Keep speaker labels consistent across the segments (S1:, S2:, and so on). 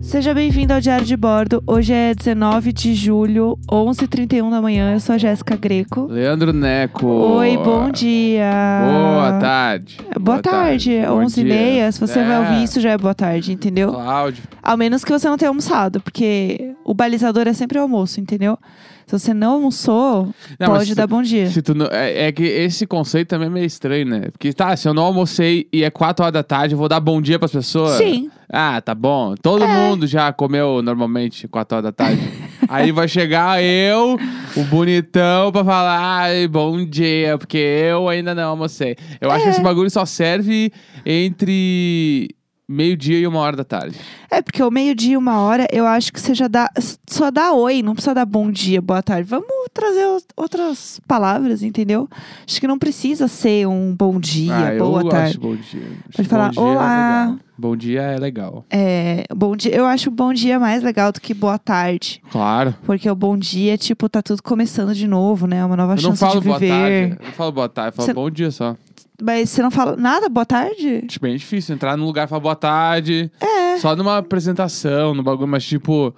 S1: Seja bem-vindo ao Diário de Bordo. Hoje é 19 de julho, 11h31 da manhã. Eu sou a Jéssica Greco.
S2: Leandro Neco.
S1: Oi, bom dia. É,
S2: Boa tarde.
S1: Boa, tarde, é
S2: Bom
S1: 11h30.
S2: dia.
S1: Se você
S2: É.
S1: vai ouvir isso, já é boa tarde, entendeu?
S2: Cláudio.
S1: Ao menos que você não tenha almoçado, porque o balizador é sempre o almoço, entendeu? Se você não almoçou,
S2: Não, mas
S1: pode
S2: se-
S1: dar bom dia.
S2: Se tu não- é, é que esse conceito também é meio estranho, né? Porque tá, se eu não almocei e é 4 horas da tarde, eu vou dar bom dia pras pessoas?
S1: Sim. É.
S2: Ah, tá bom. Todo mundo já comeu normalmente 4 horas da tarde. Aí vai chegar eu, o bonitão, pra falar "Ai, bom dia, porque eu ainda não almocei. Eu
S1: É.
S2: acho que esse bagulho só serve entre meio-dia e uma hora da tarde.
S1: É, porque o meio-dia, uma hora, eu acho que você já dá. Só dá oi, não precisa dar bom dia, boa tarde. Vamos trazer o- outras palavras, entendeu? Acho que não precisa ser um bom dia,
S2: Ah,
S1: boa
S2: eu
S1: tarde.
S2: Acho bom dia. Acho
S1: Pode falar,
S2: bom dia
S1: "Olá."
S2: É legal. Bom dia é legal.
S1: É, bom dia, eu acho bom dia mais legal do que boa tarde.
S2: Claro.
S1: Porque o bom dia, tipo, tá tudo começando de novo, né? Uma nova
S2: Eu não
S1: chance
S2: falo
S1: de
S2: boa
S1: viver.
S2: tarde. Eu não falo boa tarde, eu falo
S1: Você-
S2: bom dia só.
S1: Mas você não fala nada, boa tarde?
S2: Tipo, é difícil entrar num lugar e falar boa tarde. É. Só numa apresentação, no bagulho, mas tipo,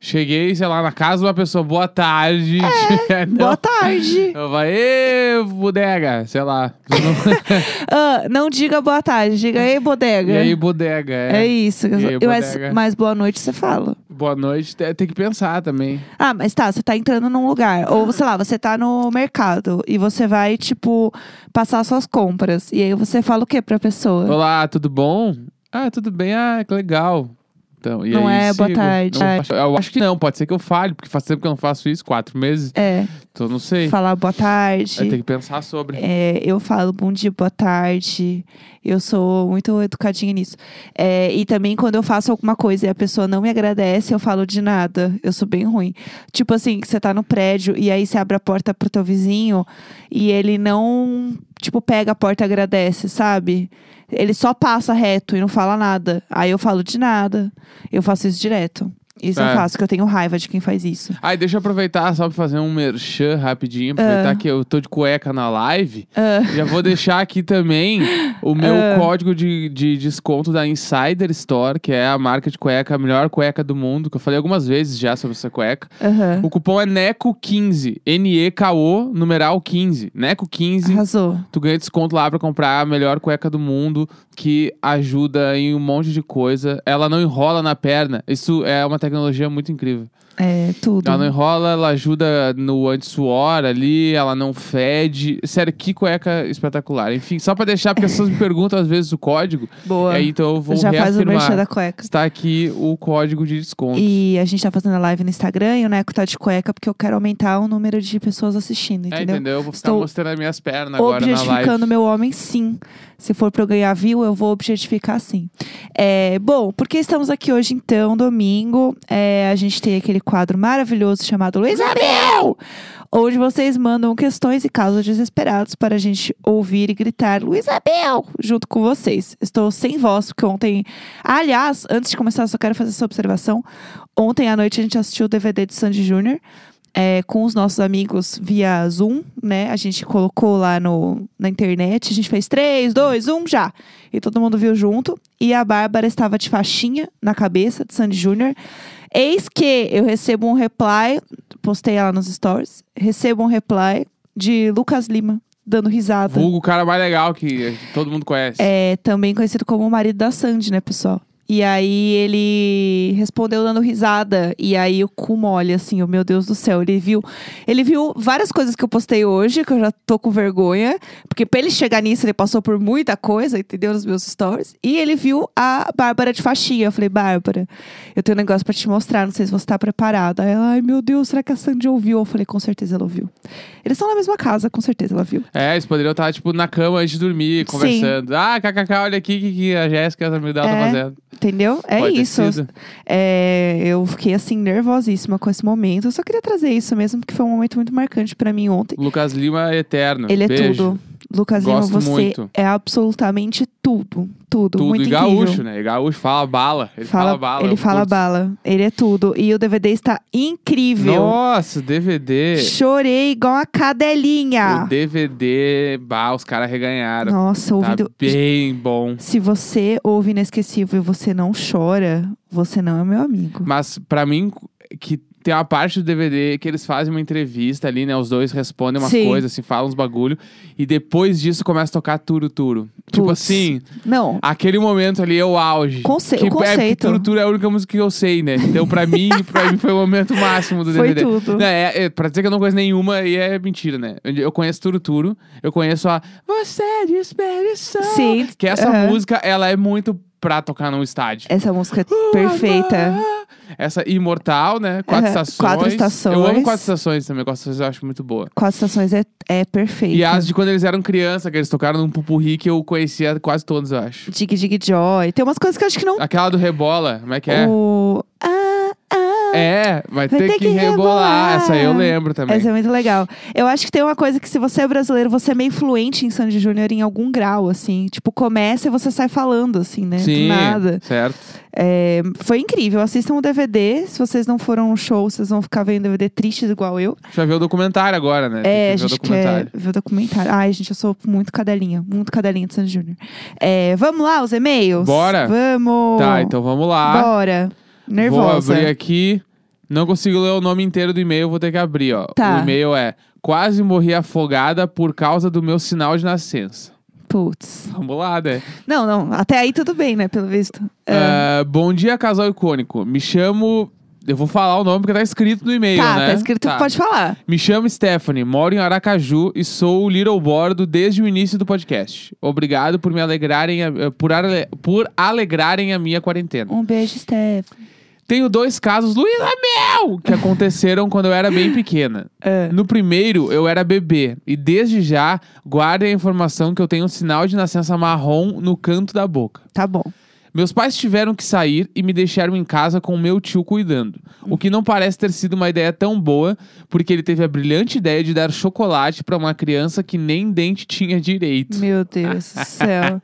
S2: cheguei, sei lá, na casa de uma pessoa, boa tarde. É, não.
S1: Boa tarde.
S2: Eu vou, ê, bodega, sei lá.
S1: Ah, não diga boa tarde, diga ei, bodega.
S2: e aí, bodega, é.
S1: é isso.
S2: E aí,
S1: Eu- mas,
S2: bodega?
S1: mas boa noite você fala.
S2: Boa noite. Tem tem que pensar também.
S1: Ah, mas tá, você tá entrando num lugar. Ou, sei lá, você tá no mercado e você vai, tipo, passar suas compras. E aí você fala o quê pra pessoa?
S2: Olá, tudo bom? Ah, tudo bem? Ah, que legal. Então, e
S1: Não
S2: aí,
S1: é boa
S2: sigo.
S1: tarde.
S2: Não, acho- eu acho que não, pode ser que eu falhe, porque faz tempo que eu não faço isso, quatro meses.
S1: É,
S2: Então eu não sei.
S1: falar boa
S2: Aí tem
S1: tarde.
S2: que pensar sobre.
S1: É, eu falo bom dia, boa tarde. Eu sou muito educadinha nisso. É, e também quando eu faço alguma coisa e a pessoa não me agradece, eu falo de nada. Eu sou bem ruim. Tipo assim, que você tá no prédio e aí você abre a porta pro teu vizinho e ele não, tipo, pega a porta e agradece, sabe? Ele só passa reto e não fala nada. Aí eu falo de nada. Eu faço isso direto. Isso eu
S2: É.
S1: faço, que eu tenho raiva de quem faz isso.
S2: Aí deixa eu aproveitar só pra fazer um merchan rapidinho.
S1: Ah.
S2: Aproveitar que eu tô de cueca na live. Já vou deixar aqui também o meu
S1: Ah.
S2: código de, de desconto da Insider Store, que é a marca de cueca, a melhor cueca do mundo, que eu falei algumas vezes já sobre essa cueca.
S1: Aham.
S2: O cupom é NECO15, N-E-K-O, numeral 15. NECO15,
S1: Arrasou.
S2: tu ganha desconto lá pra comprar a melhor cueca do mundo, que ajuda em um monte de coisa. Ela não enrola na perna, isso é uma tecnologia muito incrível.
S1: É, tudo.
S2: Ela não enrola, ela ajuda no anti-suor ali, ela não fede. Sério, que cueca espetacular. Enfim, só pra deixar, porque as pessoas me perguntam às vezes o código,
S1: Boa.
S2: aí então eu vou
S1: Já faz o merchan da
S2: reafirmar.
S1: cueca.
S2: Está aqui o código de desconto.
S1: E a gente tá fazendo a live no Instagram e o Neco tá de cueca porque eu quero aumentar o número de pessoas assistindo,
S2: É,
S1: entendeu?
S2: entendeu? Eu vou ficar
S1: Estou
S2: mostrando as minhas pernas agora na
S1: Objetificando
S2: live.
S1: meu homem, sim. Se for pra eu ganhar view, eu vou objetificar sim. É, bom, porque estamos aqui hoje, então, domingo. É, a gente tem aquele quadro maravilhoso chamado Luiz Abel! Onde vocês mandam questões e casos desesperados para a gente ouvir e gritar Luiz Abel! junto com vocês. Estou sem voz, porque ontem. Aliás, antes de começar, eu só quero fazer essa observação. Ontem à noite a gente assistiu o DVD de Sandy Júnior é, com os nossos amigos via Zoom, né? A gente colocou lá no, na internet, a gente fez 3, 2, 1, já. E todo mundo viu junto. E a Bárbara estava de faixinha na cabeça de Sandy Júnior. Eis que eu recebo um reply, postei ela nos stories, recebo um reply de Lucas Lima, dando risada.
S2: Vulgo o cara mais legal que todo mundo conhece.
S1: É, também conhecido como o marido da Sandy, né, pessoal? E aí ele respondeu dando risada. E aí o cu mole, assim, o meu Deus do céu. Ele viu. Ele viu várias coisas que eu postei hoje, que eu já tô com vergonha. Porque pra ele chegar nisso, ele passou por muita coisa, entendeu? Nos meus stories. E ele viu a Bárbara de faixinha. Eu falei, Bárbara, eu tenho um negócio pra te mostrar, não sei se você tá preparada. Aí Ela, ai meu Deus, será que a Sandy ouviu? Eu falei, com certeza ela ouviu. Eles estão na mesma casa, com certeza ela viu.
S2: É, eles poderiam estar, tipo, na cama antes de dormir,
S1: Sim.
S2: conversando. Ah, kkk, olha aqui o que, que a Jéssica, essa amiga dela,
S1: É.
S2: tá fazendo.
S1: Entendeu? É
S2: Pode ter
S1: isso.
S2: sido.
S1: É, eu fiquei assim nervosíssima com esse momento. Eu só queria trazer isso mesmo, porque foi um momento muito marcante pra mim ontem.
S2: Lucas Lima é eterno.
S1: Ele é
S2: Beijo.
S1: tudo. Lucas Lima,
S2: Gosto
S1: você
S2: muito.
S1: é absolutamente tudo. Tudo.
S2: Tudo.
S1: muito
S2: e
S1: incrível.
S2: gaúcho, né? E gaúcho fala bala. Ele fala, bala.
S1: Ele
S2: eu
S1: fala
S2: curto.
S1: bala. Ele é tudo. E o DVD está incrível.
S2: Nossa, DVD.
S1: Chorei igual a cadelinha.
S2: O DVD, bah, os caras reganharam.
S1: Nossa,
S2: tá
S1: ouvido.
S2: bem bom.
S1: Se você ouve Inesquecível e você não chora, você não é meu amigo.
S2: Mas pra mim, que tem uma parte do DVD que eles fazem uma entrevista ali, né? Os dois respondem umas
S1: Sim.
S2: coisas, assim, falam uns bagulho. E depois disso começa a tocar Turo Turo. Tipo
S1: Putz.
S2: assim,
S1: Não,
S2: aquele momento ali é o auge.
S1: Conce-
S2: que
S1: o
S2: É, porque
S1: conceito.
S2: Turo Turo é a única música que eu sei, né? Então pra mim, pra mim foi o momento máximo do
S1: foi
S2: DVD.
S1: tudo.
S2: Não, é, é, pra dizer que eu não conheço nenhuma, aí é mentira, né? Eu- Eu conheço Turo Turo, eu conheço a Você Desperdiçou.
S1: Sim.
S2: Que essa
S1: Aham.
S2: música, ela é muito pra tocar num estádio.
S1: Essa música é perfeita.
S2: Ah, Essa Imortal, né? Quatro
S1: Aham.
S2: estações.
S1: Quatro estações.
S2: Eu amo quatro estações também. Quatro estações eu acho muito boa.
S1: Quatro Estações é, é perfeita.
S2: E as de quando eles eram criança, que eles tocaram num pupurri que eu conhecia quase todas, eu acho.
S1: Dig Dig Joy. Tem umas coisas que eu acho que não...
S2: Aquela do Rebola, como é que é?
S1: O... Ah, ah.
S2: É, vai, ter, que, rebolar. Essa aí eu lembro também.
S1: Essa é muito legal. Eu acho que tem uma coisa que se você é brasileiro, você é meio fluente em Sandy Júnior em algum grau, assim. Tipo, começa e você sai falando, assim, né?
S2: Sim,
S1: Do nada.
S2: certo.
S1: É, foi incrível. Assistam o DVD. Se vocês não foram no show, vocês vão ficar vendo DVD tristes igual eu.
S2: Deixa eu ver o documentário agora, né? Tem
S1: É, a
S2: que ver o
S1: gente quer
S2: documentário.
S1: ver o documentário. Ai, gente, eu sou muito cadelinha. Muito cadelinha de Sandy Júnior. É, vamos lá, os e-mails?
S2: Bora?
S1: Vamos!
S2: Tá, então vamos lá.
S1: Bora!
S2: Vou
S1: Nervosa.
S2: abrir aqui. Não consigo ler o nome inteiro do e-mail, vou ter que abrir, ó.
S1: Tá.
S2: O e-mail é Quase morri afogada por causa do meu sinal de nascença.
S1: Putz.
S2: Vamos lá, né?
S1: Não, não. Até aí tudo bem, né? Pelo visto. É.
S2: Ah, bom dia, casal icônico. Me chamo. Eu vou falar o nome porque tá escrito no e-mail,
S1: tá,
S2: né?
S1: tá escrito, pode falar.
S2: Me chamo Stephanie, moro em Aracaju e sou o Little Bordo desde o início do podcast. Obrigado por me alegrarem, a- eh, por, ale- por alegrarem a minha quarentena.
S1: Um beijo, Steph.
S2: Tenho dois casos, Luísa Mel, que aconteceram quando eu era bem pequena.
S1: É.
S2: No primeiro, eu era bebê e desde já guardem a informação que eu tenho um sinal de nascença marrom no canto da boca.
S1: Tá bom.
S2: Meus pais tiveram que sair e me deixaram em casa com meu tio cuidando. O que não parece ter sido uma ideia tão boa, porque ele teve a brilhante ideia de dar chocolate pra uma criança que nem dente tinha direito.
S1: Meu Deus do céu.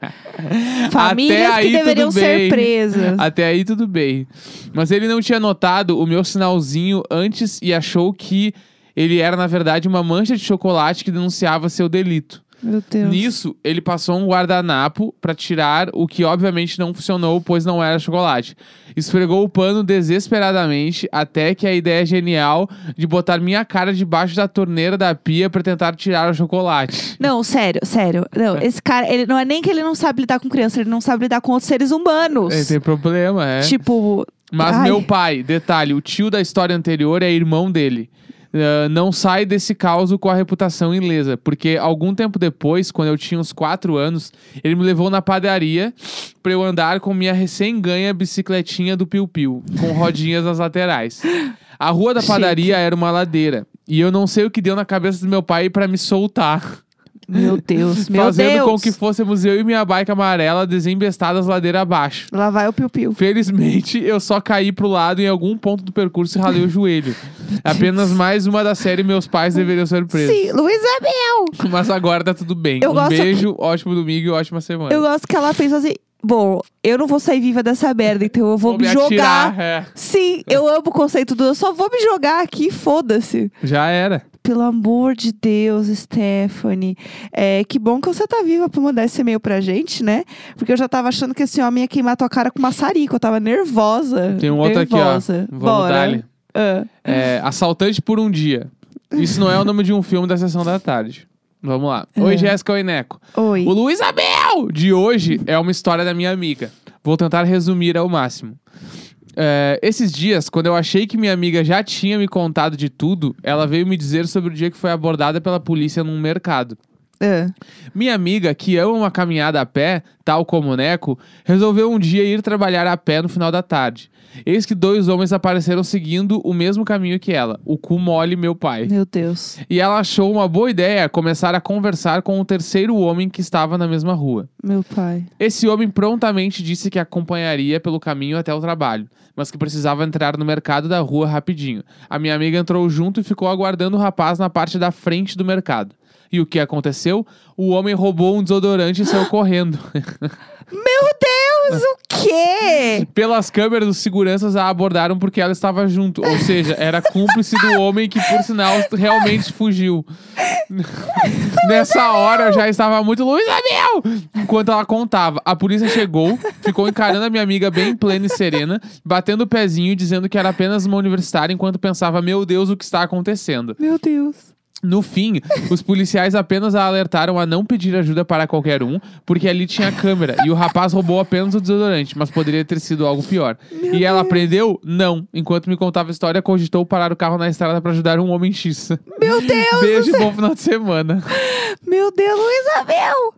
S1: Famílias
S2: aí,
S1: que
S2: tudo
S1: deveriam ser
S2: bem.
S1: presas.
S2: Até aí tudo bem. Mas ele não tinha notado o meu sinalzinho antes e achou que ele era, na verdade, uma mancha de chocolate que denunciava seu delito.
S1: Meu Deus.
S2: Nisso, ele passou um guardanapo pra tirar o que obviamente não funcionou, pois não era chocolate. Esfregou o pano desesperadamente até que a ideia genial de botar minha cara debaixo da torneira da pia pra tentar tirar o chocolate.
S1: Não, sério, sério. Não, esse cara, ele não é nem que ele não sabe lidar com criança, ele não sabe lidar com outros seres humanos.
S2: É, tem problema, é.
S1: Tipo,
S2: Mas
S1: ai.
S2: meu pai, detalhe, o tio da história anterior é irmão dele. Ah, não sai desse caos com a reputação ilesa, porque algum tempo depois, quando eu tinha uns 4 anos, ele me levou na padaria pra eu andar com minha recém-ganha bicicletinha do Piu Piu, com rodinhas nas laterais. A rua da
S1: Chique.
S2: padaria era uma ladeira, e eu não sei o que deu na cabeça do meu pai pra me soltar,
S1: meu Deus, meu
S2: fazendo
S1: Deus.
S2: com que fossemos eu e minha bike amarela desembestadas ladeira abaixo.
S1: Lá vai o piu-piu.
S2: Felizmente, eu só caí pro lado em algum ponto do percurso e ralei o joelho. Apenas mais uma da série Meus Pais Deveriam Ser Presos.
S1: Sim, Luísa é Mel!
S2: Mas agora tá tudo bem.
S1: Eu
S2: um
S1: gosto-
S2: beijo, ótimo domingo e ótima semana.
S1: Eu gosto que ela pensou assim: bom, eu não vou sair viva dessa merda, então eu vou,
S2: Vou
S1: me jogar.
S2: atirar, é.
S1: Sim, eu amo o conceito do eu só vou me jogar aqui, foda-se.
S2: Já era.
S1: Pelo amor de Deus, Stephanie. É, que bom que você tá viva pra mandar esse e-mail pra gente, né? Porque eu já tava achando que esse homem ia queimar tua cara com maçarico. Eu tava nervosa.
S2: Tem um outro aqui, ó.
S1: nervosa.
S2: Vamos
S1: Bora.
S2: dar-lhe.
S1: Ah,
S2: É, assaltante por um dia. Isso não é o nome de um filme da sessão da tarde. Vamos lá.
S1: É.
S2: Oi, Jéssica, oi, Neco.
S1: oi.
S2: O Luiz Abel de hoje é uma história da minha amiga. Vou tentar resumir ao máximo. É, esses dias, quando eu achei que minha amiga já tinha me contado de tudo, ela veio me dizer sobre o dia que foi abordada pela polícia num mercado.
S1: Ah,
S2: Minha amiga, que ama uma caminhada a pé, tal como o Neco, resolveu um dia ir trabalhar a pé no final da tarde. Eis que dois homens apareceram seguindo o mesmo caminho que ela, o cu mole meu pai.
S1: meu Deus.
S2: E ela achou uma boa ideia começar a conversar com o terceiro homem que estava na mesma rua.
S1: Meu pai.
S2: Esse homem prontamente disse que acompanharia pelo caminho até o trabalho, mas que precisava entrar no mercado da rua rapidinho. A minha amiga entrou junto e ficou aguardando o rapaz na parte da frente do mercado. E o que aconteceu? O homem roubou um desodorante e saiu correndo.
S1: Meu Deus, o quê?
S2: Pelas câmeras, os seguranças a abordaram porque ela estava junto. Ou seja, era cúmplice do homem que, por sinal, realmente fugiu. Nessa hora já estava muito Luiz Abel! Enquanto ela contava, a polícia chegou, ficou encarando a minha amiga bem plena e serena, batendo o pezinho e dizendo que era apenas uma universitária, enquanto pensava: Meu Deus, o que está acontecendo?
S1: Meu Deus.
S2: No fim, os policiais apenas a alertaram a não pedir ajuda para qualquer um, porque ali tinha câmera e o rapaz roubou apenas o desodorante, mas poderia ter sido algo pior. e ela aprendeu? Não. Enquanto me contava a história, cogitou parar o carro na estrada para ajudar um homem X.
S1: Meu Deus,
S2: Beijo, bom final de semana.
S1: meu Deus, Isabel!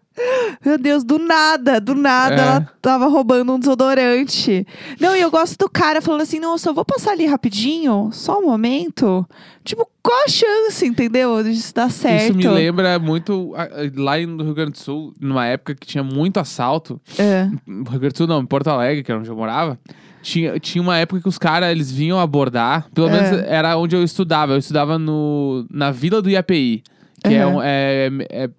S1: Meu Deus, do nada, do nada
S2: É.
S1: ela tava roubando um desodorante. Não, e eu gosto do cara falando assim: não, eu só vou passar ali rapidinho, só um momento. Tipo, qual a chance, entendeu? De isso dar certo.
S2: Isso me lembra muito ah, ah, lá no Rio Grande do Sul, numa época que tinha muito assalto.
S1: É.
S2: Rio Grande do Sul não, em Porto Alegre, que era onde eu morava. Tinha, tinha uma época que os caras, eles vinham abordar. Pelo
S1: É.
S2: menos era onde eu estudava. Eu estudava no, na Vila do IAPI. Que é,
S1: Uhum.
S2: um, é, é-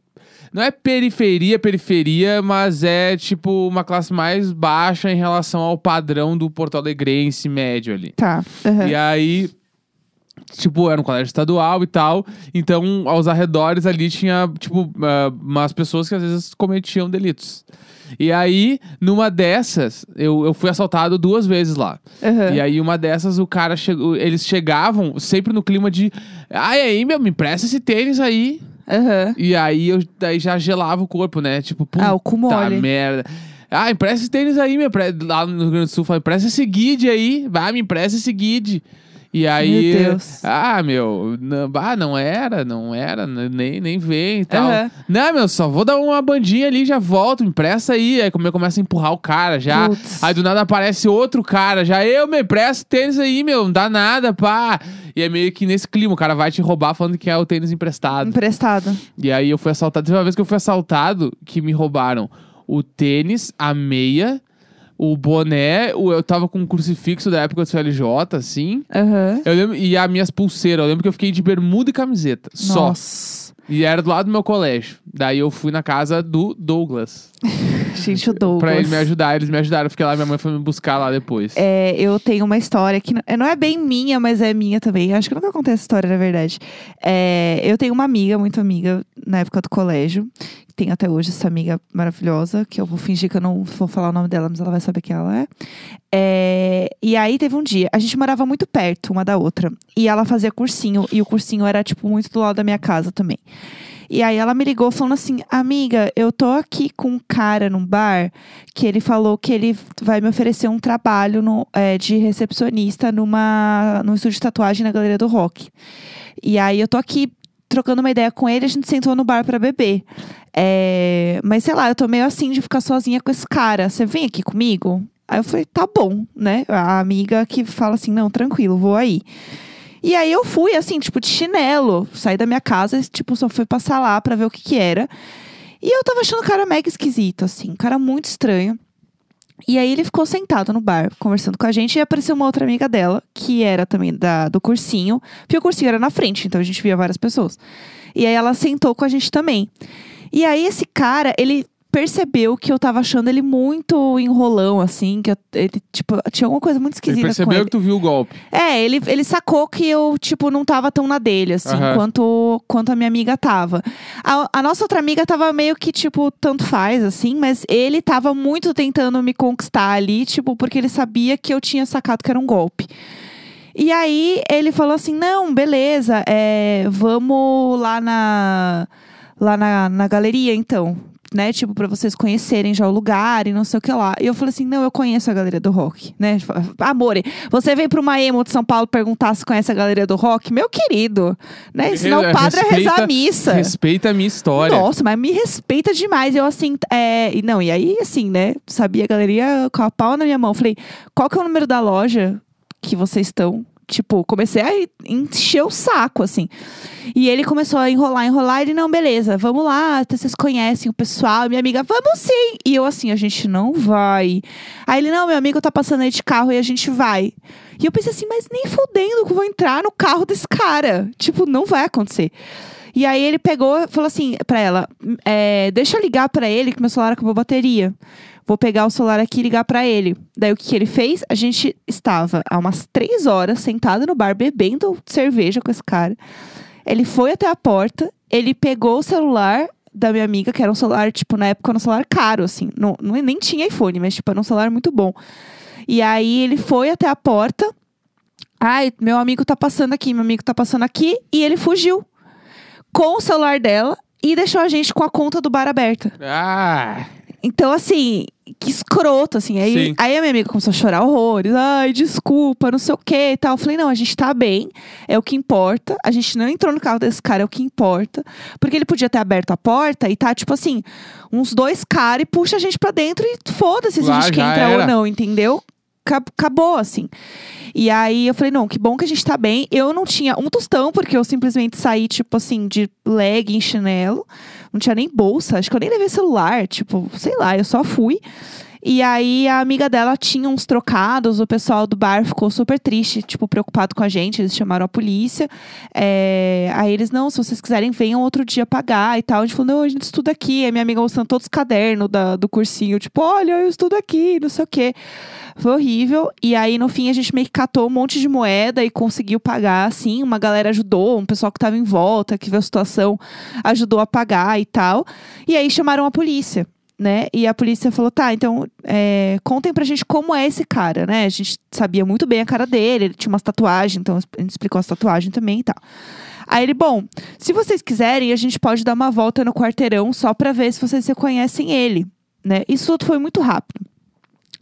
S2: Não é periferia, periferia, mas é tipo uma classe mais baixa em relação ao padrão do porto alegrense médio ali.
S1: Tá. aham.
S2: E aí, tipo, era um colégio estadual e tal. Então, aos arredores ali tinha, tipo, ah, umas pessoas que às vezes cometiam delitos. E aí, numa dessas, eu, eu fui assaltado duas vezes lá.
S1: Aham.
S2: E aí, uma dessas, o cara chegou. Eles chegavam sempre no clima de. Ai, aí, meu, me empresta esse tênis aí.
S1: Aham.
S2: E aí eu daí já gelava o corpo, né? Tipo, puta
S1: Ah, o cu mole.
S2: merda. Ah, empresta esse tênis aí, me empre- lá no Rio Grande do Sul, fala, empresta esse guide aí, vai, me empresta esse guide. E aí,
S1: Meu Deus.
S2: ah, meu, não, ah, não era, não era, n- nem, nem vem e tal.
S1: Aham.
S2: Não, meu, só vou dar uma bandinha ali, já volto, me empresta aí. Aí come- começa a empurrar o cara já.
S1: Putz.
S2: Aí do nada aparece outro cara já, eu me empresta o tênis aí, meu, não dá nada, pá. E é meio que nesse clima, o cara vai te roubar falando que é o tênis emprestado.
S1: Emprestado.
S2: E aí eu fui assaltado. Teve uma vez que eu fui assaltado que me roubaram o tênis, a meia, o boné. o- Eu tava com um crucifixo da época do CLJ, assim.
S1: Aham.
S2: Eu lembro, e as minhas pulseiras. Eu lembro que eu fiquei de bermuda e camiseta. Só.
S1: Nossa.
S2: E era do lado do meu colégio. Daí eu fui na casa do Douglas.
S1: Gente, o Douglas.
S2: Pra ele me ajudar. Eles me ajudaram. Eu fiquei lá, minha mãe foi me buscar lá depois.
S1: É, eu tenho uma história que n- não é bem minha, mas é minha também. Acho que eu nunca contei essa história, na verdade. É, eu tenho uma amiga, muito amiga, na época do colégio. Tenho até hoje essa amiga maravilhosa, que eu vou fingir que eu não vou falar o nome dela, mas ela vai saber quem ela é. É, e aí teve um dia, a gente morava muito perto uma da outra. E ela fazia cursinho, e o cursinho era, tipo, muito do lado da minha casa também. E aí ela me ligou falando assim: Amiga, eu tô aqui com um cara num bar que ele falou que ele vai me oferecer um trabalho no- é, de recepcionista numa, num estúdio de tatuagem na Galeria do Rock. E aí eu tô aqui trocando uma ideia com ele, a gente sentou no bar pra beber. É, mas sei lá, eu tô meio assim de ficar sozinha com esse cara. Você vem aqui comigo? Aí eu falei, tá bom, né? A amiga que fala assim, não, tranquilo, vou aí. E aí eu fui, assim, tipo, de chinelo. Saí da minha casa e, tipo, só fui passar lá pra ver o que que era. E eu tava achando o cara mega esquisito, assim. Um cara muito estranho. E aí ele ficou sentado no bar, conversando com a gente. E apareceu uma outra amiga dela, que era também da, do cursinho. Porque o cursinho era na frente, então a gente via várias pessoas. E aí ela sentou com a gente também. E aí esse cara, ele percebeu que eu tava achando ele muito enrolão, assim. Que eu- ele, tipo, tinha alguma coisa muito
S2: ele
S1: esquisita com
S2: percebeu
S1: ele.
S2: que tu viu o golpe.
S1: É, ele, ele sacou que eu, tipo, não tava tão na dele, assim,
S2: Aham.
S1: quanto, quanto a minha amiga tava. A, a nossa outra amiga tava meio que, tipo, tanto faz, assim, mas ele tava muito tentando me conquistar ali, tipo, porque ele sabia que eu tinha sacado que era um golpe. E aí ele falou assim: não, beleza, é, vamos lá na, lá na, na galeria, então. Né, tipo, pra vocês conhecerem já o lugar e não sei o que lá. E eu falei assim: não, eu conheço a galeria do rock, né? Tipo, Amore, você veio pra uma emo de São Paulo perguntar se conhece a galeria do rock? Meu querido, né? Ensinar o padre a rezar a missa.
S2: Respeita a minha história.
S1: Nossa, mas me respeita demais. Eu assim, é... e Não, e aí assim, né? Sabia a galeria com a pau na minha mão. Falei, qual que é o número da loja que vocês estão? Tipo, comecei a encher o saco, assim. E ele começou a enrolar, enrolar. Ele, não, beleza, vamos lá. até Vocês conhecem o pessoal. E Minha amiga, vamos sim. E eu assim, a gente não vai. Aí ele, não, meu amigo tá passando aí de carro e a gente vai. E eu pensei assim, mas nem fudendo que eu vou entrar no carro desse cara. Tipo, não vai acontecer. E aí ele pegou e falou assim pra ela: é, deixa eu ligar pra ele que meu celular acabou a bateria. Vou pegar o celular aqui e ligar pra ele. Daí o que, que ele fez? A gente estava há umas três horas sentada no bar bebendo cerveja com esse cara. Ele foi até a porta, ele pegou o celular da minha amiga, que era um celular, tipo, na época era um celular caro, assim. Não, não- nem tinha iPhone, mas, tipo, era um celular muito bom. E aí ele foi até a porta. Ai, meu amigo tá passando aqui, meu amigo tá passando aqui. E ele fugiu com o celular dela e deixou a gente com a conta do bar aberta.
S2: Ah,
S1: Então, assim, que escroto, assim. Aí,
S2: Sim.
S1: aí a minha amiga começou a chorar horrores. Ai, desculpa, não sei o que e tal. Eu falei, não, a gente tá bem, é o que importa. A gente não entrou no carro desse cara, é o que importa. Porque ele podia ter aberto a porta e tá, tipo assim, uns dois caras e puxa a gente pra dentro e foda-se se a
S2: Lá,
S1: gente quer
S2: Ah, já
S1: entrar ou
S2: era.
S1: não, entendeu? Cab- Acabou, assim. E aí eu falei, não, que bom que a gente tá bem. Eu não tinha um tostão, porque eu simplesmente saí, tipo assim, de legging, chinelo. Não tinha nem bolsa, acho que eu nem levei celular, tipo, sei lá, eu só fui. E aí a amiga dela tinha uns trocados, o pessoal do bar ficou super triste, tipo, preocupado com a gente, eles chamaram a polícia. É, Aí eles, não, se vocês quiserem, venham outro dia pagar e tal. A gente falou, não, a gente estuda aqui. Aí minha amiga mostrando todos os cadernos da- do cursinho, tipo, olha, eu estudo aqui, não sei o quê. Foi horrível. E aí, no fim, a gente meio que catou um monte de moeda e conseguiu pagar, assim. Uma galera ajudou, um pessoal que tava em volta, que viu a situação, ajudou a pagar e tal. E aí chamaram a polícia, né? E a polícia falou: tá, então é, contem pra gente como é esse cara, né? A gente sabia muito bem a cara dele, ele tinha umas tatuagens, então a gente explicou as tatuagens também e tal. Aí ele, bom, se vocês quiserem, a gente pode dar uma volta no quarteirão só pra ver se vocês reconhecem ele, né? Isso tudo foi muito rápido.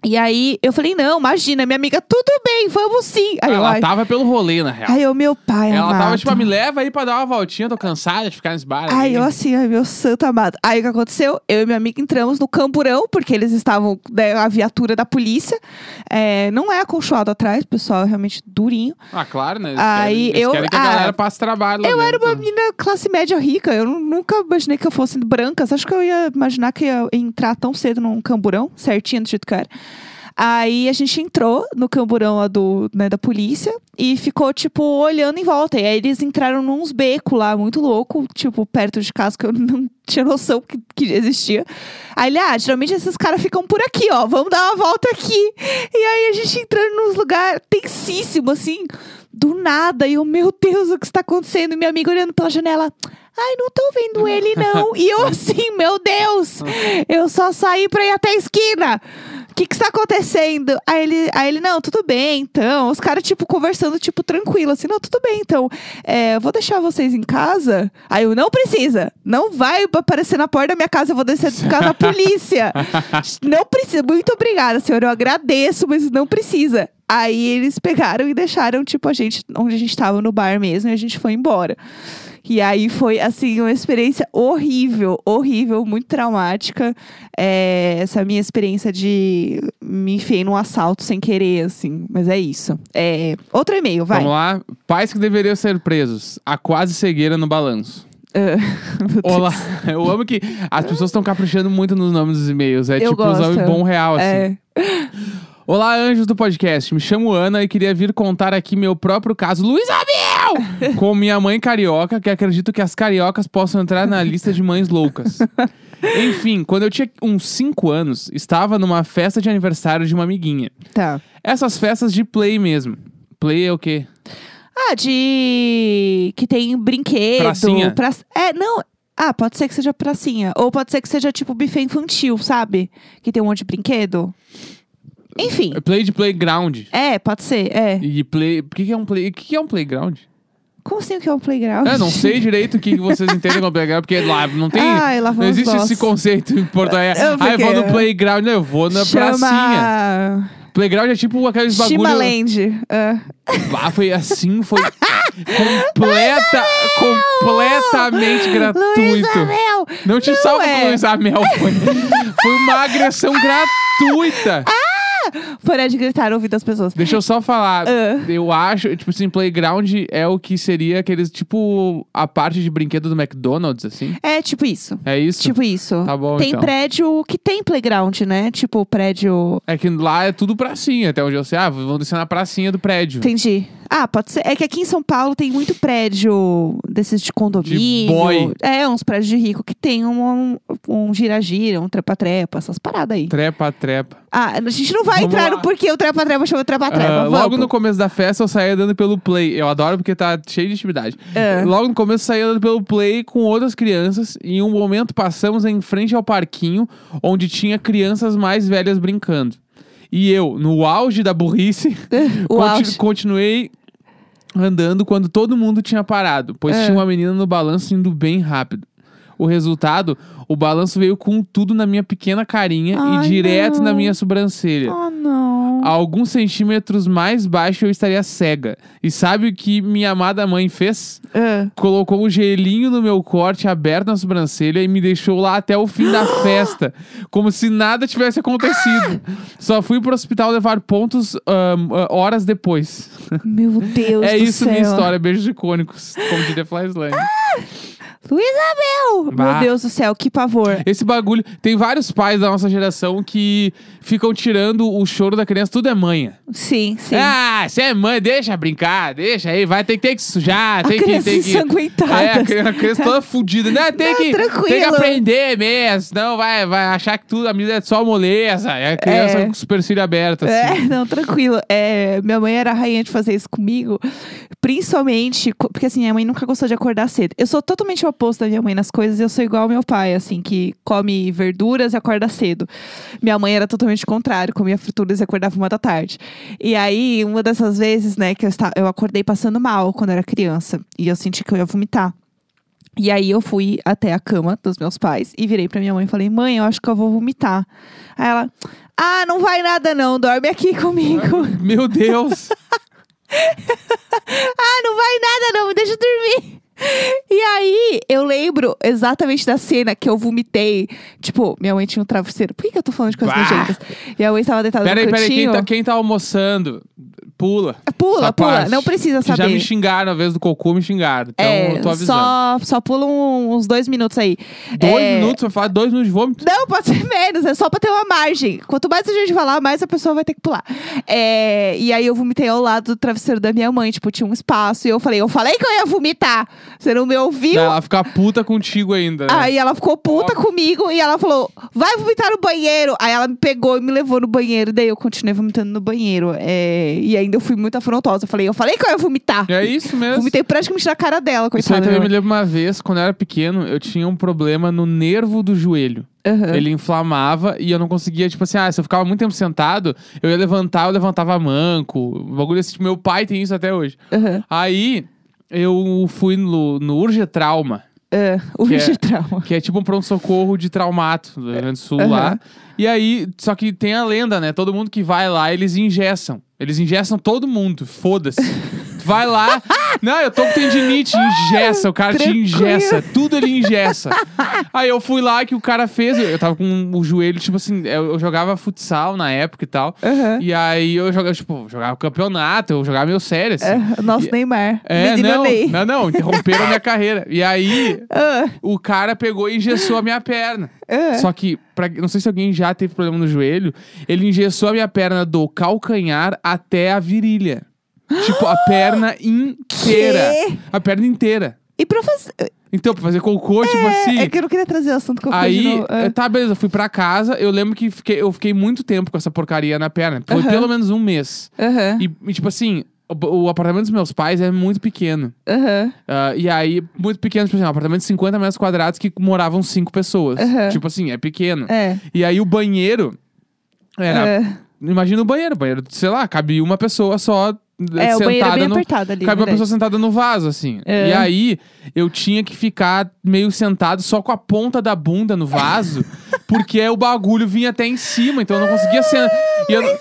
S1: E aí eu falei, não, imagina, minha amiga, tudo bem, vamos sim. Aí eu,
S2: ela
S1: ai,
S2: tava pelo rolê, na real.
S1: ai, eu, meu pai,
S2: ela tava
S1: amado.
S2: tipo, ah, me leva aí pra dar uma voltinha, tô cansada de ficar nesse bar.
S1: Ai,
S2: aí.
S1: eu assim, ai, meu santo amado. Aí o que aconteceu? Eu e minha amiga entramos no camburão, porque eles estavam, né, a viatura da polícia. É, não é acolchoado atrás, pessoal, é realmente durinho.
S2: Ah, claro, né? Eles
S1: Aí
S2: querem, eles
S1: eu-
S2: querem que a
S1: ah,
S2: galera passe trabalho lá
S1: Eu era
S2: dentro.
S1: uma menina classe média rica, eu nu- nunca imaginei que eu fosse branca. Você acha que eu ia imaginar que ia entrar tão cedo num camburão, certinho do jeito que eu era? Aí a gente entrou no camburão lá do, né, da polícia e ficou, tipo, olhando em volta. E aí eles entraram nos becos lá, muito louco, tipo, perto de casa, que eu não tinha noção que, que existia. Aí ele, ah, geralmente esses caras ficam por aqui, ó, vamos dar uma volta aqui. E aí a gente entrando nos lugares tensíssimo, assim, do nada. E eu, meu Deus, o que está acontecendo? E meu amigo olhando pela janela. Ai, não tô vendo ele, não. E eu assim, meu Deus, eu só saí pra ir até a esquina. O que que está acontecendo? Aí ele, aí ele, não, tudo bem, então. Os caras, tipo, conversando, tipo, tranquilo, assim, não, tudo bem, então. É, vou deixar vocês em casa. Aí eu, não precisa. Não vai aparecer na porta da minha casa, eu vou descer por causa da polícia. não precisa. Muito obrigada, senhor. Eu agradeço, mas não precisa. Aí eles pegaram e deixaram, tipo, a gente, onde a gente tava no bar mesmo, e a gente foi embora. E aí foi, assim, uma experiência horrível, horrível, muito traumática. É, essa minha experiência de me enfiei num assalto sem querer, assim. Mas é isso. É, outro e-mail, vai.
S2: Vamos lá. Pais que deveriam ser presos. A quase cegueira no balanço.
S1: Ah, meu Deus.
S2: Olá. Eu amo que as pessoas estão caprichando muito nos nomes dos e-mails. É
S1: Eu
S2: tipo usar
S1: gosto.
S2: o bom real, assim.
S1: É.
S2: Olá, anjos do podcast. Me chamo Ana e queria vir contar aqui meu próprio caso, Luiz Abel, com minha mãe carioca, que acredito que as cariocas possam entrar na lista de mães loucas. Enfim, quando eu tinha uns 5 anos, estava numa festa de aniversário de uma amiguinha.
S1: Tá.
S2: Essas festas de play mesmo. Play é o quê?
S1: Ah, de. que tem brinquedo.
S2: Pracinha?
S1: pra- É, não. Ah, pode ser que seja pracinha. Ou pode ser que seja tipo buffet infantil, sabe? Que tem um monte de brinquedo. Enfim.
S2: É Play de playground.
S1: É, pode ser, é.
S2: E play. O que que é um play? O que que é um playground?
S1: Como assim o que é um playground?
S2: Eu não sei direito o que que vocês entendem como playground, porque lá não tem.
S1: Ai, lá Ah,
S2: não
S1: vamos
S2: existe
S1: nós.
S2: esse conceito em Porto Alegre.
S1: Eu
S2: Ah, eu vou
S1: fiquei-
S2: no playground. Não, eu vou na pracinha.
S1: Chama...
S2: Playground é tipo aqueles bagulho.
S1: Chimaland. Ah.
S2: Ah, foi assim, foi completa, completamente
S1: Luiz
S2: gratuito.
S1: Amel!
S2: Não te salva
S1: é.
S2: com Luiz Amel. Foi, foi uma agressão gratuita.
S1: Parar de gritar no ouvido das pessoas.
S2: Deixa eu só falar.
S1: Ah.
S2: Eu acho, tipo assim, playground é o que seria aqueles, tipo, a parte de brinquedo do McDonald's, assim.
S1: É tipo isso.
S2: É isso?
S1: Tipo isso.
S2: Tá bom,
S1: tem
S2: então.
S1: prédio que tem playground, né? Tipo, prédio.
S2: É que lá é tudo pracinha, até onde eu sei. Ah, vão descer na pracinha do prédio.
S1: Entendi. Ah, pode ser. É que aqui em São Paulo tem muito prédio desses de condomínio.
S2: De boy.
S1: É, uns prédios de rico que tem um, um gira-gira, um trepa-trepa, essas paradas aí.
S2: Trepa, trepa.
S1: Ah, a gente não vai
S2: Então, Vamos
S1: entrar
S2: lá.
S1: no porquê o trepa-trepa chama trepa-trepa.
S2: Ah,
S1: Vamos.
S2: logo no começo da festa eu saí andando pelo play. Eu adoro porque tá cheio de intimidade.
S1: É.
S2: Logo no começo eu saí andando pelo play com outras crianças. E em um momento passamos em frente ao parquinho, onde tinha crianças mais velhas brincando. E eu, no auge da burrice,
S1: O
S2: conti-
S1: auge.
S2: continuei andando quando todo mundo tinha parado, pois
S1: É.
S2: tinha uma menina no balanço indo bem rápido. O resultado, o balanço veio com tudo na minha pequena carinha
S1: Ai,
S2: e direto na
S1: não.
S2: minha sobrancelha.
S1: Oh, não.
S2: A alguns centímetros mais baixo eu estaria cega. E sabe o que minha amada mãe fez?
S1: Ah.
S2: Colocou um gelinho no meu corte aberto na sobrancelha e me deixou lá até o fim da festa. Como se nada tivesse acontecido. Só fui pro hospital levar pontos ahn, ah, horas depois.
S1: Meu Deus
S2: é
S1: do
S2: isso
S1: céu.
S2: minha história. Beijos icônicos. Como diria Flyslane.
S1: Luísa Mel! Meu
S2: Bah.
S1: Deus do céu, que pavor.
S2: Esse bagulho. Tem vários pais da nossa geração que ficam tirando o choro da criança. Tudo é manha.
S1: Sim, sim.
S2: Ah, você é mãe, deixa brincar, deixa aí, vai, tem, tem que sujar,
S1: a
S2: tem que.
S1: criança
S2: Tem que...
S1: ensanguentada.
S2: É, a criança, a criança toda fudida. Não, tem,
S1: Não,
S2: que, tem que
S1: tranquilo.
S2: aprender mesmo. Não, vai, vai achar que tudo, a menina é só moleza. É a criança
S1: É.
S2: com o supercílio aberto, assim.
S1: É, não, tranquilo. É, minha mãe era a rainha de fazer isso comigo. Principalmente, co- porque assim, minha mãe nunca gostou de acordar cedo. Eu sou totalmente o oposto da minha mãe nas coisas. Eu sou igual ao meu pai, assim, que come verduras e acorda cedo. Minha mãe era totalmente o contrário. Comia fruturas e acordava uma da tarde. E aí, uma dessas vezes, né, que eu, estava, eu acordei passando mal quando era criança. E eu senti que eu ia vomitar. E aí eu fui até a cama dos meus pais e virei pra minha mãe e falei: "Mãe, eu acho que eu vou vomitar". Aí ela: "Ah, não vai nada não, dorme aqui comigo".
S2: Meu Deus!
S1: "Ah, não vai nada não, me deixa dormir". E aí, eu lembro exatamente da cena que eu vomitei. Tipo, minha mãe tinha um travesseiro. Por que, que eu tô falando de coisas
S2: Bah!
S1: nojentas? Minha mãe estava deitada
S2: peraí,
S1: no
S2: peraí, quem
S1: cantinho.
S2: tá, quem tá almoçando? Pula.
S1: Pula,
S2: essa
S1: pula,
S2: parte.
S1: não precisa
S2: Que Já
S1: saber.
S2: me xingaram, a vez do cocô me xingaram. Então eu tô
S1: é,
S2: avisando.
S1: só, só pula um- uns dois minutos aí.
S2: Dois
S1: É,
S2: minutos, eu falar dois minutos de vômito.
S1: Não, pode ser menos, é só pra ter uma margem. Quanto mais a gente falar, mais a pessoa vai ter que pular. É, e aí eu vomitei ao lado do travesseiro da minha mãe, tipo, tinha um espaço. E eu falei, eu falei que eu ia vomitar. Você não me ouviu?
S2: Ela fica puta contigo ainda. né?
S1: Aí ela ficou puta comigo e ela falou: vai vomitar no banheiro. Aí ela me pegou e me levou no banheiro. Daí eu continuei vomitando no banheiro. É, e ainda eu fui muito afrontosa. Eu falei, eu falei que eu ia vomitar.
S2: É isso mesmo.
S1: Vomitei praticamente na cara dela,
S2: Isso aí
S1: coitada.
S2: também me lembra uma vez, quando eu era pequeno, eu tinha um problema no nervo do joelho.
S1: Aham.
S2: Ele inflamava e eu não conseguia, tipo assim, ah, se eu ficava muito tempo sentado, eu ia levantar, eu levantava manco. O bagulho assim, tipo, meu pai tem isso até hoje.
S1: Aham.
S2: Aí eu fui no, no Urge Trauma,
S1: É, o
S2: Que é-
S1: bicho trauma.
S2: que é tipo um pronto-socorro de traumato do Rio Grande do Sul
S1: Aham.
S2: lá. E aí, só que tem a lenda, né? Todo mundo que vai lá, eles ingessam. Eles ingessam todo mundo, foda-se. Tu Vai lá. Não, eu tô com tendinite, ingessa. O cara
S1: Tranquilo.
S2: te ingessa. Tudo ele ingessa. Aí eu fui lá que o cara fez. Eu eu tava com o joelho, tipo assim, eu eu jogava futsal na época e tal.
S1: Aham.
S2: E aí eu jogava, tipo, jogava campeonato, eu jogava meu sério, assim.
S1: É, nosso Neymar.
S2: É,
S1: Menino
S2: não,
S1: Ney.
S2: não, não, interromperam a minha carreira. E aí,
S1: Ah,
S2: o cara pegou e engessou a minha perna.
S1: ah.
S2: Só que, pra, não sei se alguém já teve problema no joelho, ele engessou a minha perna do calcanhar até a virilha. Tipo, a perna inteira.
S1: Quê?
S2: A perna inteira.
S1: E pra fazer.
S2: Então, pra fazer cocô, tipo assim.
S1: É que eu não queria trazer o assunto que eu falei de
S2: Aí,
S1: novo. Ah.
S2: eh, tá, beleza, fui pra casa. Eu lembro que fiquei- eu fiquei muito tempo com essa porcaria na perna. Foi pelo menos um mês.
S1: Aham,
S2: E, e, tipo assim, o- o apartamento dos meus pais é muito pequeno.
S1: aham.
S2: Ah, e aí, muito pequeno, tipo assim, um apartamento de 50 metros quadrados que moravam cinco pessoas.
S1: Aham.
S2: Tipo assim, é pequeno.
S1: É.
S2: E aí o banheiro era.
S1: é.
S2: Imagina o banheiro, o banheiro, sei lá, cabe uma pessoa só
S1: É, o banheiro é
S2: sentada
S1: bem
S2: no.
S1: apertado ali.
S2: Cabe uma
S1: verdade.
S2: pessoa sentada no vaso, assim.
S1: É.
S2: E aí, eu tinha que ficar meio sentado só com a ponta da bunda no vaso, porque o bagulho vinha até em cima, então eu não conseguia sentar. E, eu não-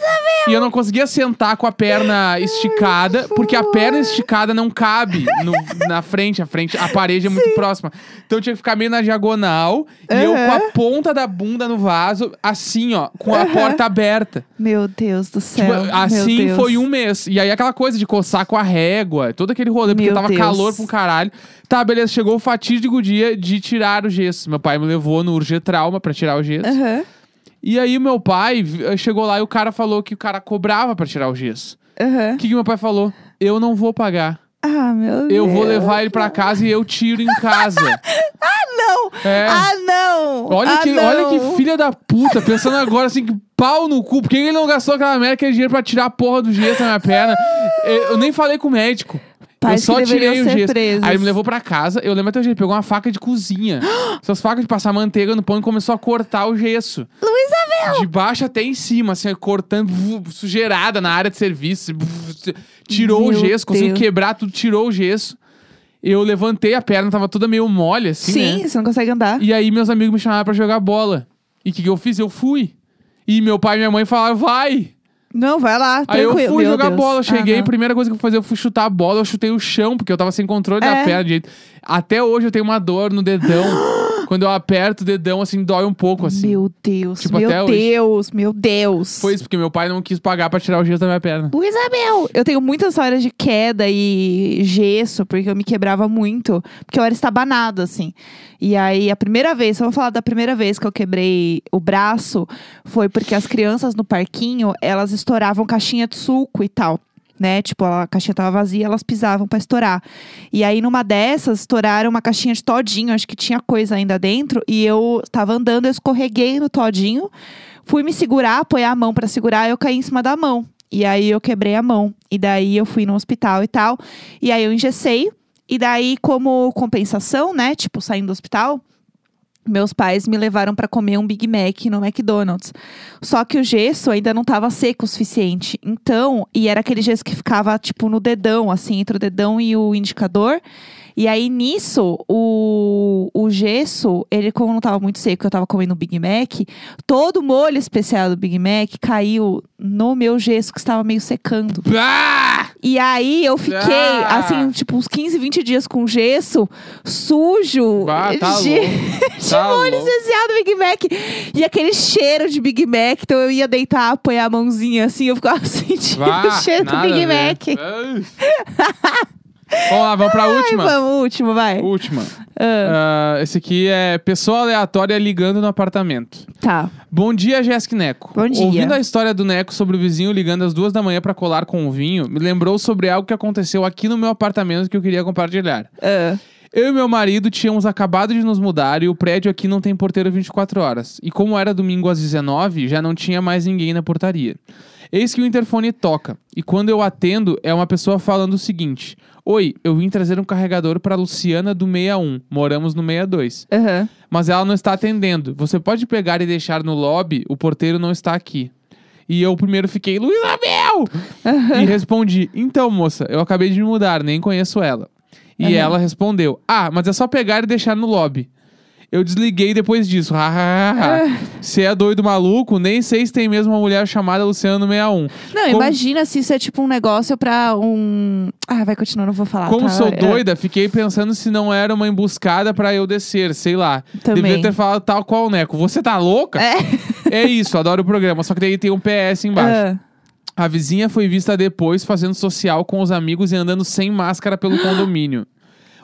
S2: e eu não conseguia sentar com a perna esticada, porque a perna esticada não cabe no- na frente, a frente, a parede é muito próxima. Então eu tinha que ficar meio na diagonal, e eu com a ponta da bunda no vaso, assim, ó, com a porta aberta.
S1: Meu Deus do céu.
S2: Tipo,
S1: Então, meu
S2: assim
S1: Deus.
S2: foi um mês. E aí aquela coisa de coçar com a régua, todo aquele rolê, porque
S1: Meu
S2: tava
S1: Deus.
S2: calor pra um caralho. Tá, beleza, chegou o fatídico dia de tirar o gesso. Meu pai me levou no Urge Trauma pra tirar o gesso.
S1: Aham,
S2: E aí o meu eh, pai vi- chegou lá e o cara falou que o cara cobrava pra tirar o gesso.
S1: aham.
S2: O que, que meu pai falou? Eu não vou pagar.
S1: Ah, meu
S2: Eu
S1: Deus.
S2: vou levar ele pra casa e eu tiro em casa.
S1: Não!
S2: É.
S1: Ah, não!
S2: Olha,
S1: ah,
S2: que,
S1: não.
S2: olha que filha da puta, pensando agora assim, que pau no cu. Por que ele não gastou aquela merda, aquele dinheiro pra tirar a porra do gesso na minha perna? Eu, eu nem falei com o médico.
S1: Pais
S2: eu só
S1: que deveriam
S2: tirei o
S1: ser
S2: gesso.
S1: presos.
S2: Aí ele me levou pra casa, eu lembro até hoje, ele pegou uma faca de cozinha. Essas facas de passar manteiga no pão e começou a cortar o gesso. Luísa De baixo até em cima, assim, cortando, vu, sujeirada na área de serviço. vu, Tirou o
S1: Meu
S2: gesso, conseguiu
S1: Deus.
S2: quebrar tudo, tirou o gesso. Eu levantei a perna, tava toda meio mole, assim, né?
S1: Sim, você não consegue andar.
S2: E aí meus amigos me chamaram pra jogar bola. E o que, que eu fiz? Eu fui. E meu pai e minha mãe falaram, vai!
S1: Não, vai lá,
S2: Aí eu
S1: tranquilo.
S2: fui
S1: Meu
S2: jogar
S1: Deus.
S2: bola, eu cheguei,
S1: Ah,
S2: a primeira coisa que eu fui fazer, eu fui chutar a bola, eu chutei o chão, porque eu tava sem controle da
S1: É.
S2: perna direito. Até hoje eu tenho uma dor no dedão. Quando eu aperto o dedão, assim, dói um pouco, assim.
S1: Meu Deus,
S2: Tipo, até
S1: meu
S2: hoje.
S1: Deus, meu Deus.
S2: Foi isso, porque meu pai não quis pagar pra tirar o gesso da minha perna.
S1: O Isabel! Eu tenho muitas histórias de queda e gesso, porque eu me quebrava muito. Porque eu era estabanada, assim. E aí, a primeira vez, eu vou falar da primeira vez que eu quebrei o braço, foi porque as crianças no parquinho, elas estouravam caixinha de suco e tal. Né? Tipo, a caixinha tava vazia, elas pisavam pra estourar. E aí, numa dessas, estouraram uma caixinha de todinho, acho que tinha coisa ainda dentro. E eu tava andando, eu escorreguei no todinho, fui me segurar, apoiar a mão pra segurar, eu caí em cima da mão. E aí eu quebrei a mão. E daí eu fui no hospital e tal. E aí eu engessei. E daí, como compensação, né? Tipo, saindo do hospital, meus pais me levaram pra comer um Big Mac no McDonald's. Só que o gesso ainda não tava seco o suficiente. Então, e era aquele gesso que ficava, tipo, no dedão, assim, entre o dedão e o indicador. E aí, nisso, o, o gesso, ele, como não tava muito seco, eu tava comendo o Big Mac, todo o molho especial do Big Mac caiu no meu gesso que estava meio secando.
S2: Ah!
S1: E aí eu fiquei,
S2: Ah!
S1: assim, tipo, uns 15, 20 dias com gesso, sujo,
S2: Ah, tá
S1: de,
S2: louco.
S1: de
S2: Tá
S1: molho
S2: louco.
S1: especial do Big Mac. E aquele cheiro de Big Mac. Então eu ia deitar, apoiar a mãozinha assim, eu ficava sentindo o
S2: Vá,
S1: cheiro do
S2: nada
S1: Big
S2: a ver.
S1: Mac.
S2: Ah. vamos lá, vamos pra
S1: Ai,
S2: última.
S1: vamos, último, vai.
S2: Última. Ah, esse aqui é pessoa aleatória ligando no apartamento.
S1: Tá.
S2: Bom dia, Jéssica e Neco.
S1: Bom dia.
S2: Ouvindo a história do Neco sobre o vizinho ligando às duas da manhã pra colar com o vinho, me lembrou sobre algo que aconteceu aqui no meu apartamento que eu queria compartilhar.
S1: Ah,
S2: Eu e meu marido tínhamos acabado de nos mudar e o prédio aqui não tem porteiro 24 horas. E como era domingo às 19, já não tinha mais ninguém na portaria. Eis que o interfone toca, e quando eu atendo, é uma pessoa falando o seguinte: Oi, eu vim trazer um carregador pra Luciana do 61, moramos no 62
S1: aham.
S2: mas ela não está atendendo. Você pode pegar e deixar no lobby, o porteiro não está aqui. E eu primeiro fiquei, Luísa Mel! e respondi, então moça, eu acabei de me mudar, nem conheço ela. E
S1: Aham.
S2: ela respondeu, ah, mas é só pegar e deixar no lobby. Eu desliguei depois disso. Ha, ha, ha, ha. Se é doido maluco, nem sei se tem mesmo uma mulher chamada Luciano 61.
S1: Não,
S2: Como-
S1: imagina se isso é tipo um negócio pra um. Ah, vai continuar, não vou falar.
S2: Como
S1: tá?
S2: sou
S1: É,
S2: doida, fiquei pensando se não era uma emboscada pra eu descer, sei lá.
S1: Também.
S2: Devia ter falado tal qual o Neco. Você tá louca?
S1: É.
S2: É isso, adoro o programa. Só que daí tem um PS embaixo.
S1: Ah.
S2: A vizinha foi vista depois fazendo social com os amigos e andando sem máscara pelo condomínio.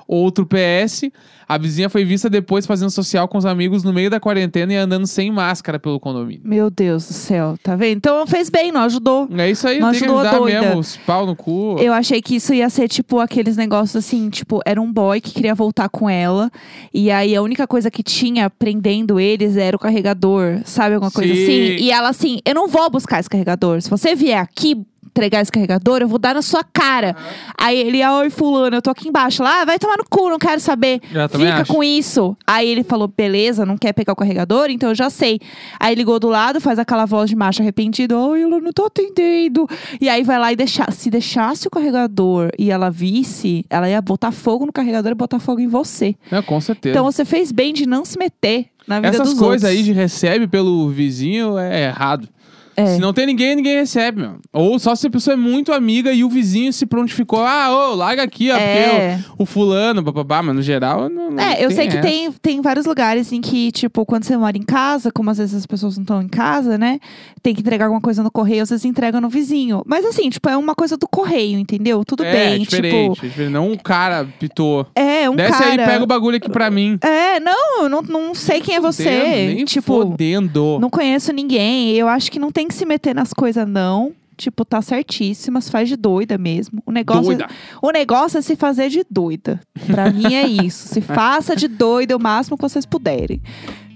S2: Outro PS. A vizinha foi vista depois fazendo social com os amigos no meio da quarentena e andando sem máscara pelo condomínio.
S1: Meu Deus do céu, tá vendo? Então fez bem, não ajudou.
S2: É isso aí,
S1: Não
S2: tem que
S1: ajudou a
S2: ajudar
S1: doida.
S2: mesmo. Os pau no cu.
S1: Eu achei que isso ia ser tipo aqueles negócios assim, tipo, era um boy que queria voltar com ela. E aí a única coisa que tinha prendendo eles era o carregador, sabe? Alguma coisa
S2: Sim.
S1: assim. E ela assim, eu não vou buscar esse carregador. Se você vier aqui entregar esse carregador, eu vou dar na sua cara. Aí ele, ai, fulano, eu tô aqui embaixo. Lá, "Ah, vai tomar no cu, não quero saber.
S2: Eu também
S1: Fica
S2: acho.
S1: com isso. Aí ele falou, beleza, não quer pegar o carregador? Então eu já sei. Aí ligou do lado, faz aquela voz de macho arrependido. Ai, ela não tô atendendo. E aí vai lá e deixa. Se deixasse o carregador e ela visse, ela ia botar fogo no carregador e botar fogo em você.
S2: Não, com certeza.
S1: Então você fez bem de não se meter na vida
S2: É. Essas
S1: dos
S2: coisas aí
S1: outros.
S2: de recebe pelo vizinho é errado.
S1: É.
S2: Se não tem ninguém, ninguém recebe, meu. Ou só se a pessoa é muito amiga e o vizinho se prontificou. Ah, ô, larga aqui, ó,
S1: É.
S2: porque o, o fulano, bababá, mas no geral não, não
S1: É, eu sei que
S2: essa.
S1: tem, tem vários lugares em que, tipo, quando você mora em casa, como às vezes as pessoas não estão em casa, né? Tem que entregar alguma coisa no correio, às vezes entrega no vizinho. Mas assim, tipo, é uma coisa do correio, entendeu? Tudo
S2: é,
S1: bem,
S2: diferente,
S1: tipo.
S2: diferente. Não um cara pitou.
S1: É, um
S2: Desce
S1: cara.
S2: aí e pega o bagulho aqui pra mim.
S1: É, não, eu não, não sei quem é você.
S2: Entendo, nem
S1: tipo,
S2: fodendo.
S1: não conheço ninguém. Eu acho que não tem que se meter nas coisas, não. Tipo, tá certíssima, se faz de doida mesmo. O negócio,
S2: Doida.
S1: o negócio é se fazer de doida. Pra mim é isso. Se faça de doida o máximo que vocês puderem.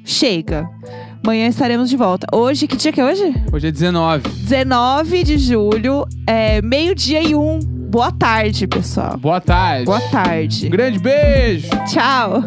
S1: Chega. Amanhã estaremos de volta. Hoje, que dia que é hoje?
S2: Hoje é 19.
S1: 19 de julho, é, meio-dia e um. Boa tarde, pessoal.
S2: Boa tarde.
S1: Boa tarde.
S2: Um grande beijo.
S1: Tchau.